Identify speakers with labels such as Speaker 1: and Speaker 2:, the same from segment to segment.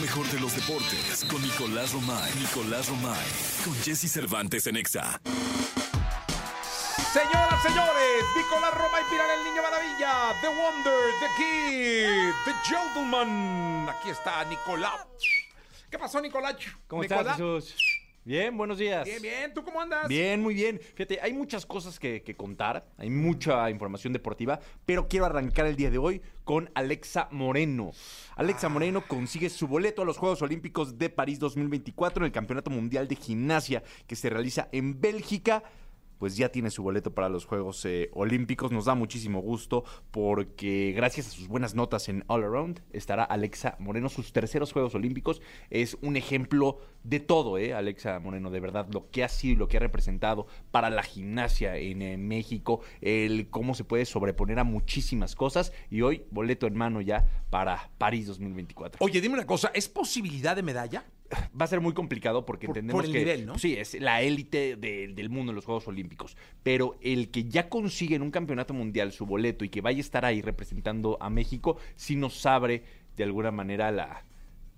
Speaker 1: mejor de los deportes con Nicolás Romay. Nicolás Romay. Con Jesse Cervantes en Exa.
Speaker 2: Señoras, señores, Nicolás Roma y Pilar el Niño Maravilla, The Wonder, The Kid, The Gentleman. Aquí está Nicolás. ¿Qué pasó, Nicolás?
Speaker 3: ¿Cómo
Speaker 2: Nicolás?
Speaker 3: estás, Jesús? Bien, buenos días.
Speaker 2: Bien, bien, ¿tú cómo andas?
Speaker 3: Bien, muy bien. Fíjate, hay muchas cosas que, que contar, hay mucha información deportiva, pero quiero arrancar el día de hoy con Alexa Moreno.
Speaker 2: Ah.
Speaker 3: Alexa Moreno consigue su boleto a los Juegos Olímpicos de París 2024 en el Campeonato Mundial de Gimnasia que se realiza en Bélgica. Pues ya tiene su boleto para los Juegos eh, Olímpicos. Nos da muchísimo gusto porque gracias a sus buenas notas en All Around estará Alexa Moreno. Sus terceros Juegos Olímpicos es un ejemplo de todo, ¿eh? Alexa Moreno, de verdad, lo que ha sido, y lo que ha representado para la gimnasia en eh, México, el cómo se puede sobreponer a muchísimas cosas y hoy boleto en mano ya para París 2024.
Speaker 2: Oye, dime una cosa, ¿es posibilidad de medalla?
Speaker 3: Va a ser muy complicado porque
Speaker 2: Por-
Speaker 3: entendemos
Speaker 2: por el
Speaker 3: que
Speaker 2: nivel, ¿no?
Speaker 3: sí, es la élite de- del mundo en los Juegos Olímpicos, pero el que ya consigue en un campeonato mundial su boleto y que vaya a estar ahí representando a México, sí nos abre de alguna manera la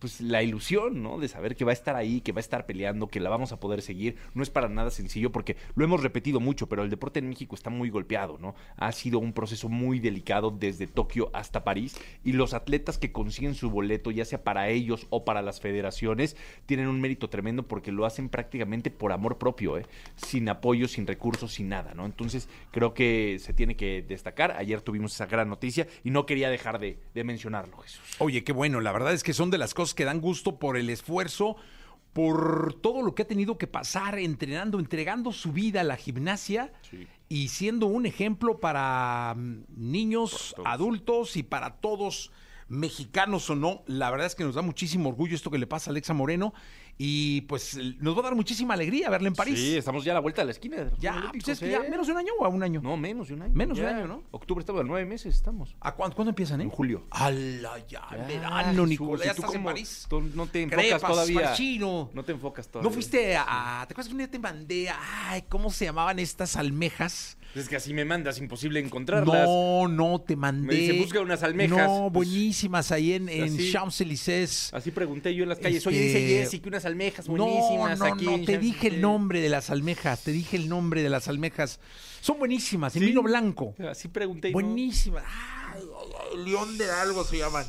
Speaker 3: pues la ilusión, ¿no? De saber que va a estar ahí, que va a estar peleando, que la vamos a poder seguir, no es para nada sencillo porque lo hemos repetido mucho, pero el deporte en México está muy golpeado, ¿no? Ha sido un proceso muy delicado desde Tokio hasta París y los atletas que consiguen su boleto, ya sea para ellos o para las federaciones, tienen un mérito tremendo porque lo hacen prácticamente por amor propio, ¿eh? sin apoyo, sin recursos, sin nada, ¿no? Entonces creo que se tiene que destacar. Ayer tuvimos esa gran noticia y no quería dejar de, de mencionarlo, Jesús.
Speaker 2: Oye, qué bueno, la verdad es que son de las cosas que dan gusto por el esfuerzo, por todo lo que ha tenido que pasar entrenando, entregando su vida a la gimnasia y siendo un ejemplo para mm, niños, adultos y para todos mexicanos o no. La verdad es que nos da muchísimo orgullo esto que le pasa a Alexa Moreno y pues l- nos va a dar muchísima alegría verla en París.
Speaker 3: Sí, estamos ya a la vuelta de la esquina. de los
Speaker 2: ya,
Speaker 3: Olímpicos,
Speaker 2: pues es que ya,
Speaker 3: ¿eh?
Speaker 2: menos de un año o a un año.
Speaker 3: No, menos de un año.
Speaker 2: Menos de un año, ¿no?
Speaker 3: Octubre estamos a nueve meses, estamos.
Speaker 2: ¿A cuándo, cuándo empiezan, eh?
Speaker 3: En julio.
Speaker 2: ¡Hala, ya!
Speaker 3: Ya,
Speaker 2: verano,
Speaker 3: Jesús,
Speaker 2: Nicolás!
Speaker 3: ¿y
Speaker 2: Ya
Speaker 3: tú
Speaker 2: estás en
Speaker 3: cómo?
Speaker 2: París.
Speaker 3: Tú no te enfocas
Speaker 2: Crepas,
Speaker 3: todavía.
Speaker 2: parchino.
Speaker 3: No te enfocas todavía.
Speaker 2: ¿No fuiste a, a- ¿Te acuerdas que un día te mandé a- Ay, ¿cómo se llamaban estas almejas?
Speaker 3: Es que así me mandas, imposible encontrarlas.
Speaker 2: No, no, te mandé.
Speaker 3: Me dice, "Busca unas almejas".
Speaker 2: No, buenísimas ahí en, en
Speaker 3: así.
Speaker 2: Champs-Élysées.
Speaker 3: Así pregunté yo en las calles.
Speaker 2: Este-
Speaker 3: Oye, dice Jessy que unas almejas
Speaker 2: No,
Speaker 3: buenísimas
Speaker 2: no,
Speaker 3: aquí.
Speaker 2: no,
Speaker 3: en
Speaker 2: te
Speaker 3: Champs-
Speaker 2: dije el nombre de las almejas, te dije el nombre de las almejas. Son buenísimas, en
Speaker 3: Sí.
Speaker 2: vino blanco.
Speaker 3: Así pregunté. y no.
Speaker 2: Buenísimas. Ay, ay, ay, León de algo se llaman.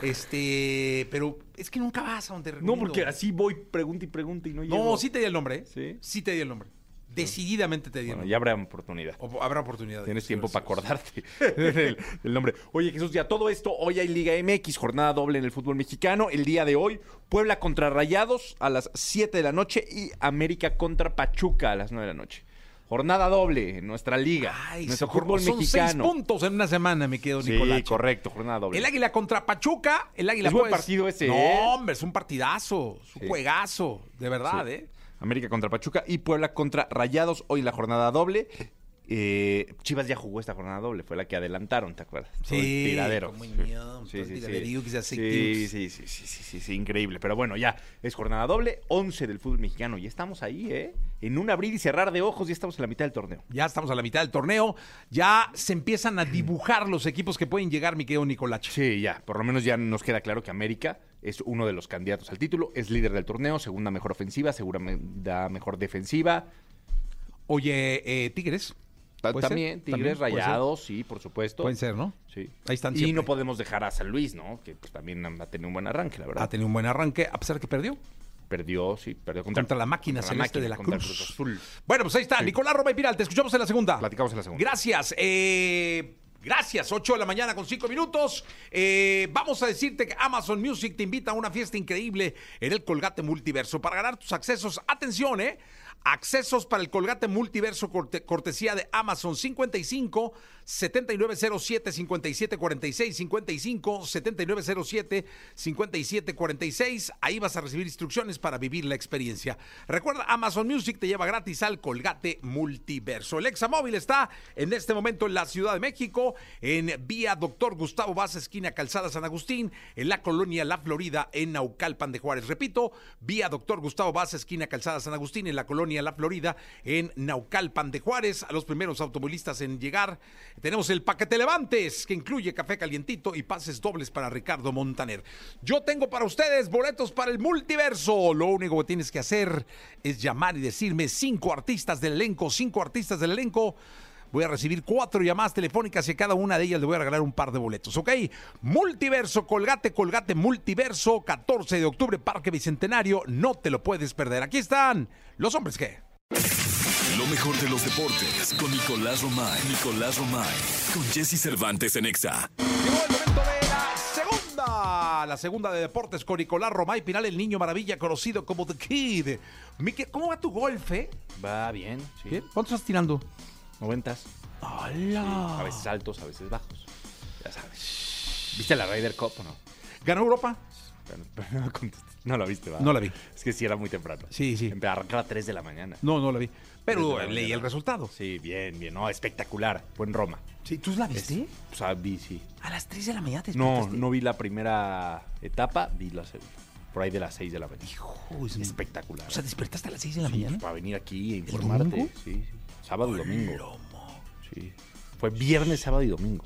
Speaker 2: Este, pero es que nunca vas a donde
Speaker 3: No,
Speaker 2: recomiendo.
Speaker 3: porque así voy, pregunta y pregunta y no llego.
Speaker 2: No, sí te di el nombre, ¿eh?
Speaker 3: Sí.
Speaker 2: Sí te di el nombre. Decididamente te di el
Speaker 3: Bueno,
Speaker 2: nombre.
Speaker 3: ya habrá oportunidad.
Speaker 2: O- habrá oportunidad.
Speaker 3: Tienes
Speaker 2: Sí,
Speaker 3: tiempo
Speaker 2: sí,
Speaker 3: para
Speaker 2: sí.
Speaker 3: acordarte del, del nombre. Oye, Jesús, ya todo esto. Hoy hay Liga MX, jornada doble en el fútbol mexicano. El día de hoy, Puebla contra Rayados a las 7 de la noche y América contra Pachuca a las 9 de la noche. Jornada doble en nuestra liga,
Speaker 2: Ay,
Speaker 3: nuestro
Speaker 2: se-
Speaker 3: fútbol
Speaker 2: son
Speaker 3: mexicano.
Speaker 2: seis puntos en una semana, me quedo
Speaker 3: Sí,
Speaker 2: Nicolás.
Speaker 3: correcto, jornada doble.
Speaker 2: El Águila contra Pachuca. El Águila
Speaker 3: Es buen
Speaker 2: pues-
Speaker 3: partido ese,
Speaker 2: No,
Speaker 3: ¿eh?
Speaker 2: hombre, es un partidazo. Es un
Speaker 3: Sí.
Speaker 2: juegazo. De verdad,
Speaker 3: Sí.
Speaker 2: ¿eh?
Speaker 3: América contra Pachuca y Puebla contra Rayados hoy en la jornada doble. Eh, Chivas ya jugó esta jornada doble, fue la que adelantaron, ¿te acuerdas? Todo el tiradero.
Speaker 2: como ñam, todo el tiraderío que se hace
Speaker 3: sí,
Speaker 2: tips.
Speaker 3: sí, sí, sí, sí, sí, sí, increíble. Pero bueno, ya es jornada doble, 11 del fútbol mexicano y estamos ahí, ¿eh? En un abrir y cerrar de ojos ya estamos en la mitad del torneo.
Speaker 2: Ya estamos a la mitad del torneo. Ya se empiezan a dibujar los equipos que pueden llegar, mi querido Nicolás.
Speaker 3: Sí, ya, por lo menos ya nos queda claro que América es uno de los candidatos al título, es líder del torneo, segunda mejor ofensiva, segunda mejor defensiva.
Speaker 2: Oye, eh, Tigres.
Speaker 3: Ta-
Speaker 2: ¿Puede ser?
Speaker 3: También, Tigres
Speaker 2: puede ser.
Speaker 3: Rayados, sí, por supuesto.
Speaker 2: Pueden ser, ¿no?
Speaker 3: Sí.
Speaker 2: Ahí están
Speaker 3: y
Speaker 2: siempre.
Speaker 3: no podemos dejar a San Luis, ¿no? Que pues, también ha tenido un buen arranque, la verdad.
Speaker 2: Ha tenido un buen arranque, a pesar que perdió.
Speaker 3: Perdió, sí, perdió contra,
Speaker 2: Contra la máquina celeste de la
Speaker 3: contra el
Speaker 2: Cruz.
Speaker 3: Cruz Azul.
Speaker 2: Bueno, pues ahí está. Nicolás Roma y Piral, te escuchamos en la segunda.
Speaker 3: Platicamos en la segunda.
Speaker 2: Gracias. eh, gracias. 8 de la mañana con 5 minutos. Eh, vamos a decirte que Amazon Music te invita a una fiesta increíble en el Colgate Multiverso. Para ganar tus accesos, atención, ¿eh? Accesos para el Colgate Multiverso corte- cortesía de Amazon 55 7907 5746 55 7907 5746. Ahí vas a recibir instrucciones para vivir la experiencia. Recuerda, Amazon Music te lleva gratis al Colgate Multiverso. El Examóvil está en este momento en la Ciudad de México, en vía Doctor Gustavo Vaz, esquina Calzada San Agustín, en la colonia La Florida, en Naucalpan de Juárez. Repito, vía Doctor Gustavo Vaz, esquina Calzada San Agustín, en la colonia La Florida, en Naucalpan de Juárez. A los primeros automovilistas en llegar, Tenemos el paquete Levantes, que incluye café calientito y pases dobles para Ricardo Montaner. Yo tengo para ustedes boletos para el multiverso. Lo único que tienes que hacer es llamar y decirme cinco artistas del elenco, cinco artistas del elenco. Voy a recibir cuatro llamadas telefónicas y a cada una de ellas le voy a regalar un par de boletos, ¿ok? Multiverso, colgate, colgate, multiverso, 14 de octubre, Parque Bicentenario, no te lo puedes perder. Aquí están los hombres que.
Speaker 1: Lo mejor de los deportes con Nicolás Romay. Nicolás Romay. Con Jesse Cervantes en Exa.
Speaker 2: Llegó el momento de la segunda, la segunda de deportes con Nicolás Romay Pinal, el niño maravilla conocido como The Kid. Mique, ¿cómo va tu golf, eh?
Speaker 3: Va bien, sí.
Speaker 2: ¿Cuánto estás tirando?
Speaker 3: Noventas.
Speaker 2: ¡Hala!
Speaker 3: A veces altos, a veces bajos. Ya sabes. ¿Viste la Ryder Cup o no?
Speaker 2: ¿Ganó Europa?
Speaker 3: Pero- pero no contesté. No la viste, ¿verdad?
Speaker 2: No la vi.
Speaker 3: Es que sí era muy temprano.
Speaker 2: Sí, sí.
Speaker 3: Empe- Arrancaba a 3 de la mañana.
Speaker 2: No, no la vi.
Speaker 3: Desde
Speaker 2: Pero
Speaker 3: la
Speaker 2: leí
Speaker 3: mañana.
Speaker 2: el resultado.
Speaker 3: Sí, bien, bien. No, espectacular. Fue en Roma.
Speaker 2: Sí, ¿Tú la
Speaker 3: Es- O sea, vi, sí.
Speaker 2: A las 3 de la mañana te
Speaker 3: No,
Speaker 2: despertaste.
Speaker 3: no vi la primera etapa, vi la segunda. Por ahí de las 6 de la mañana.
Speaker 2: Hijo,
Speaker 3: Espectacular.
Speaker 2: o sea, despertaste a las 6 de la
Speaker 3: Sí,
Speaker 2: mañana.
Speaker 3: para venir aquí e informarte.
Speaker 2: domingo?
Speaker 3: Sí, sí. Sábado y domingo. Sí. Fue viernes, sábado y domingo.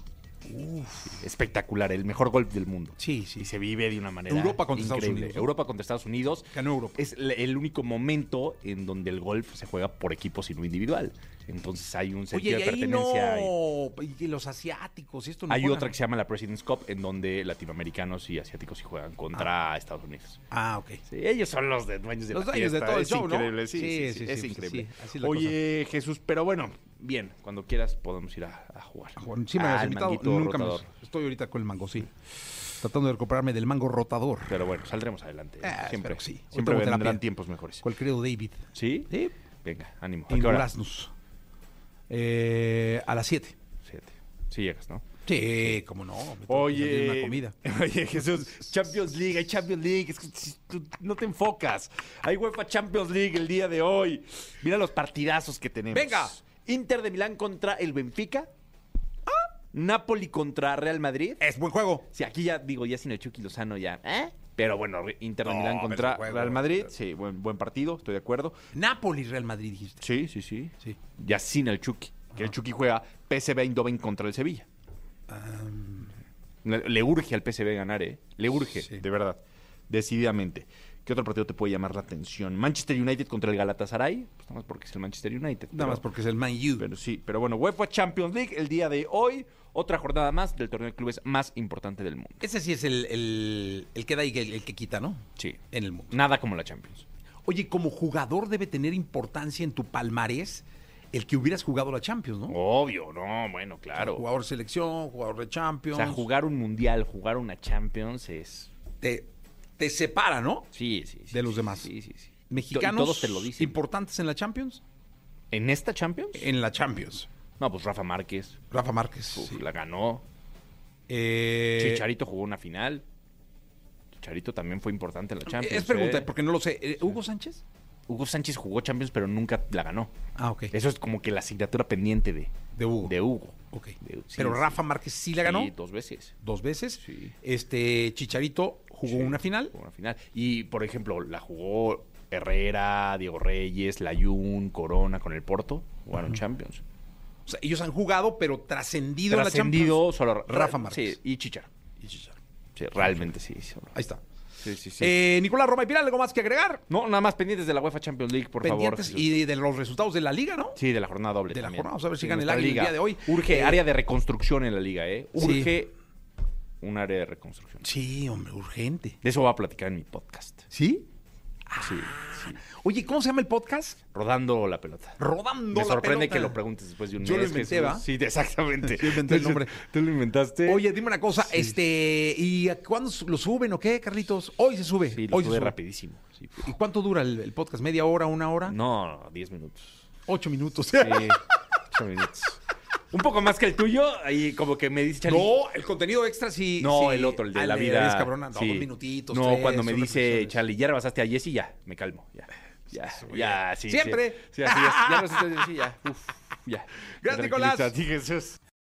Speaker 3: Sí, Espectacular, el mejor golf del mundo.
Speaker 2: Sí, sí.
Speaker 3: Y se vive de una manera
Speaker 2: Europa contra Estados
Speaker 3: increíble.
Speaker 2: Unidos, ¿no?
Speaker 3: Europa contra Estados Unidos.
Speaker 2: Ganó Europa.
Speaker 3: Es la- el único momento en donde el golf se juega por equipos y no individual. Entonces hay un sentido
Speaker 2: Oye, y
Speaker 3: de
Speaker 2: ahí
Speaker 3: pertenencia.
Speaker 2: no. Y y los asiáticos, y esto no.
Speaker 3: Hay
Speaker 2: juegan.
Speaker 3: otra que se llama la President's Cup en donde latinoamericanos y asiáticos sí juegan contra Estados Unidos.
Speaker 2: Ah, ok.
Speaker 3: Sí, ellos son los de- dueños de
Speaker 2: Los
Speaker 3: la
Speaker 2: dueños de
Speaker 3: fiesta,
Speaker 2: todo el
Speaker 3: es
Speaker 2: show, ¿no?
Speaker 3: increíble, Sí,
Speaker 2: Sí,
Speaker 3: sí, sí,
Speaker 2: sí,
Speaker 3: es
Speaker 2: sí, pues
Speaker 3: increíble.
Speaker 2: sí, así es la
Speaker 3: Oye, Jesús, pero bueno, bien, cuando quieras podemos ir a, a jugar.
Speaker 2: Ah, Bueno, sí me habías
Speaker 3: Al
Speaker 2: invitado,
Speaker 3: manguito
Speaker 2: nunca me-
Speaker 3: rotador.
Speaker 2: Estoy ahorita con el mango, sí. Tratando de recuperarme del mango rotador.
Speaker 3: Pero bueno, saldremos adelante.
Speaker 2: Ah,
Speaker 3: siempre
Speaker 2: espero que sí. Hoy
Speaker 3: siempre
Speaker 2: tengo
Speaker 3: vendrán
Speaker 2: terapia.
Speaker 3: tiempos mejores.
Speaker 2: Con el querido David.
Speaker 3: ¿Sí?
Speaker 2: Sí.
Speaker 3: Venga, ánimo. ¿A
Speaker 2: En
Speaker 3: qué hora?
Speaker 2: Duraznos. Eh, a las 7.
Speaker 3: Siete. Sí llegas, ¿no?
Speaker 2: Sí, cómo no. me tengo que servir
Speaker 3: Oye,
Speaker 2: Una comida.
Speaker 3: oye Jesús, Champions League, hay Champions League, es que si tú no te enfocas. Hay UEFA Champions League el día de hoy. Mira los partidazos que tenemos.
Speaker 2: Venga.
Speaker 3: Inter de Milán contra el Benfica. Ah. Napoli contra Real Madrid.
Speaker 2: Es buen juego.
Speaker 3: Sí, aquí ya digo, ya sin el Chucky Lozano ya. ¿eh? Pero bueno, re- Inter de
Speaker 2: No,
Speaker 3: Milán
Speaker 2: pero
Speaker 3: contra
Speaker 2: es un juego,
Speaker 3: Real Madrid.
Speaker 2: pero-
Speaker 3: Sí, buen, buen partido, estoy de acuerdo.
Speaker 2: Napoli, Real Madrid, dijiste.
Speaker 3: Sí, sí, sí.
Speaker 2: Sí.
Speaker 3: Ya sin el Chucky. Que el Chucky juega PSV Eindhoven contra el Sevilla.
Speaker 2: Ah,
Speaker 3: Le, le urge al PSV ganar, ¿eh? Le urge,
Speaker 2: Sí.
Speaker 3: de verdad. Decididamente. ¿Qué otro partido te puede llamar la atención? Manchester United contra el Galatasaray. Pues nada más porque es el Manchester United.
Speaker 2: Nada
Speaker 3: pero-
Speaker 2: más porque es el Man U.
Speaker 3: Pero sí, pero bueno, UEFA Champions League el día de hoy. Otra jornada más del torneo de clubes más importante del mundo.
Speaker 2: Ese sí es el, el- el que da y el, el que quita, ¿no?
Speaker 3: Sí.
Speaker 2: En el mundo.
Speaker 3: Nada como la Champions.
Speaker 2: Oye, como jugador debe tener importancia en tu palmarés el que hubieras jugado la Champions, ¿no?
Speaker 3: Obvio, no, bueno, Oh, claro.
Speaker 2: Jugador de selección, jugador de
Speaker 3: O
Speaker 2: Champions.
Speaker 3: sea, jugar un mundial, jugar una Champions es.
Speaker 2: te, te separa, ¿no?
Speaker 3: Sí, sí. sí,
Speaker 2: De los
Speaker 3: sí,
Speaker 2: demás.
Speaker 3: Sí, sí, sí.
Speaker 2: Mexicanos
Speaker 3: Y todos te lo dicen.
Speaker 2: importantes en la Champions.
Speaker 3: ¿En esta Champions?
Speaker 2: En la Champions.
Speaker 3: No, pues Rafa Márquez
Speaker 2: Rafa Márquez.
Speaker 3: uf,
Speaker 2: sí.
Speaker 3: la ganó.
Speaker 2: Eh,
Speaker 3: Chicharito jugó una final. Chicharito también fue importante en la Champions.
Speaker 2: Es pregunta,
Speaker 3: ¿eh?
Speaker 2: porque no lo sé. Eh, ¿Hugo Sánchez?
Speaker 3: Hugo Sánchez jugó Champions, pero nunca la ganó.
Speaker 2: Ah, ok.
Speaker 3: Eso es como que la asignatura pendiente de,
Speaker 2: De Hugo.
Speaker 3: de Hugo.
Speaker 2: Ok.
Speaker 3: De- sí,
Speaker 2: Pero
Speaker 3: sí.
Speaker 2: Rafa Márquez sí la ganó
Speaker 3: Sí, dos veces.
Speaker 2: dos veces.
Speaker 3: Sí.
Speaker 2: Este Chicharito jugó
Speaker 3: Sí,
Speaker 2: una final.
Speaker 3: jugó una final. Y, por ejemplo, la jugó Herrera, Diego Reyes, Layun, Corona con el Porto. Jugaron Champions.
Speaker 2: O sea, ellos han jugado, pero trascendido en la
Speaker 3: Trascendido
Speaker 2: Champions.
Speaker 3: solo
Speaker 2: Rafa Márquez.
Speaker 3: Sí, y Chicharo.
Speaker 2: Y Chicharito.
Speaker 3: Sí, realmente sí. sí,
Speaker 2: Ahí está.
Speaker 3: Sí, sí, sí.
Speaker 2: Eh, Nicolás Roma y Pilar, ¿algo más que agregar?
Speaker 3: no, nada más pendientes de la UEFA Champions League, por
Speaker 2: Pendientes
Speaker 3: favor.
Speaker 2: y de los resultados de la liga, ¿no?
Speaker 3: Sí, de la jornada doble.
Speaker 2: De la
Speaker 3: también.
Speaker 2: jornada, vamos a ver si
Speaker 3: Sí,
Speaker 2: gana el
Speaker 3: nuestra
Speaker 2: Águila el día de hoy.
Speaker 3: Urge
Speaker 2: Eh,
Speaker 3: área de reconstrucción en la liga, ¿eh?
Speaker 2: Sí.
Speaker 3: Urge un área de reconstrucción.
Speaker 2: Sí, hombre, urgente.
Speaker 3: De eso voy a platicar en mi podcast.
Speaker 2: ¿Sí? Ah.
Speaker 3: Sí, sí.
Speaker 2: Oye, ¿cómo se llama el podcast?
Speaker 3: Rodando la pelota.
Speaker 2: Rodando
Speaker 3: Me
Speaker 2: la
Speaker 3: sorprende
Speaker 2: pelota.
Speaker 3: que lo preguntes después de un
Speaker 2: Yo lo
Speaker 3: mes.
Speaker 2: inventé,
Speaker 3: Jesús.
Speaker 2: ¿va?
Speaker 3: Sí, exactamente.
Speaker 2: Yo inventé el nombre.
Speaker 3: ¿Tú lo inventaste?
Speaker 2: Oye, dime una cosa, este, ¿y a cuándo su- lo suben o qué, Carlitos? Hoy se sube.
Speaker 3: sí, lo
Speaker 2: hoy se
Speaker 3: sube
Speaker 2: sube.
Speaker 3: rapidísimo. sí.
Speaker 2: ¿Y cuánto dura el, el podcast? ¿Media hora, una hora?
Speaker 3: No, 10 minutos.
Speaker 2: Ocho minutos.
Speaker 3: Sí, ocho minutos. Un poco más que el tuyo, ahí como que me dice Charlie,
Speaker 2: No, el contenido extra sí.
Speaker 3: No,
Speaker 2: sí.
Speaker 3: el otro, el de
Speaker 2: Ah,
Speaker 3: la vida.
Speaker 2: Es cabrona, no,
Speaker 3: sí.
Speaker 2: dos minutitos.
Speaker 3: No,
Speaker 2: tres,
Speaker 3: cuando me
Speaker 2: son
Speaker 3: dice
Speaker 2: reflexiones.
Speaker 3: Charlie, ya rebasaste a Jesse, ya, me calmo. Ya, ya, ya, sí.
Speaker 2: Siempre.
Speaker 3: Sí, sí, así es. Ya rebasaste a Jesse, ya. Uf, ya.
Speaker 2: Gracias, Nicolás.
Speaker 3: Tranquilízate, Jesús.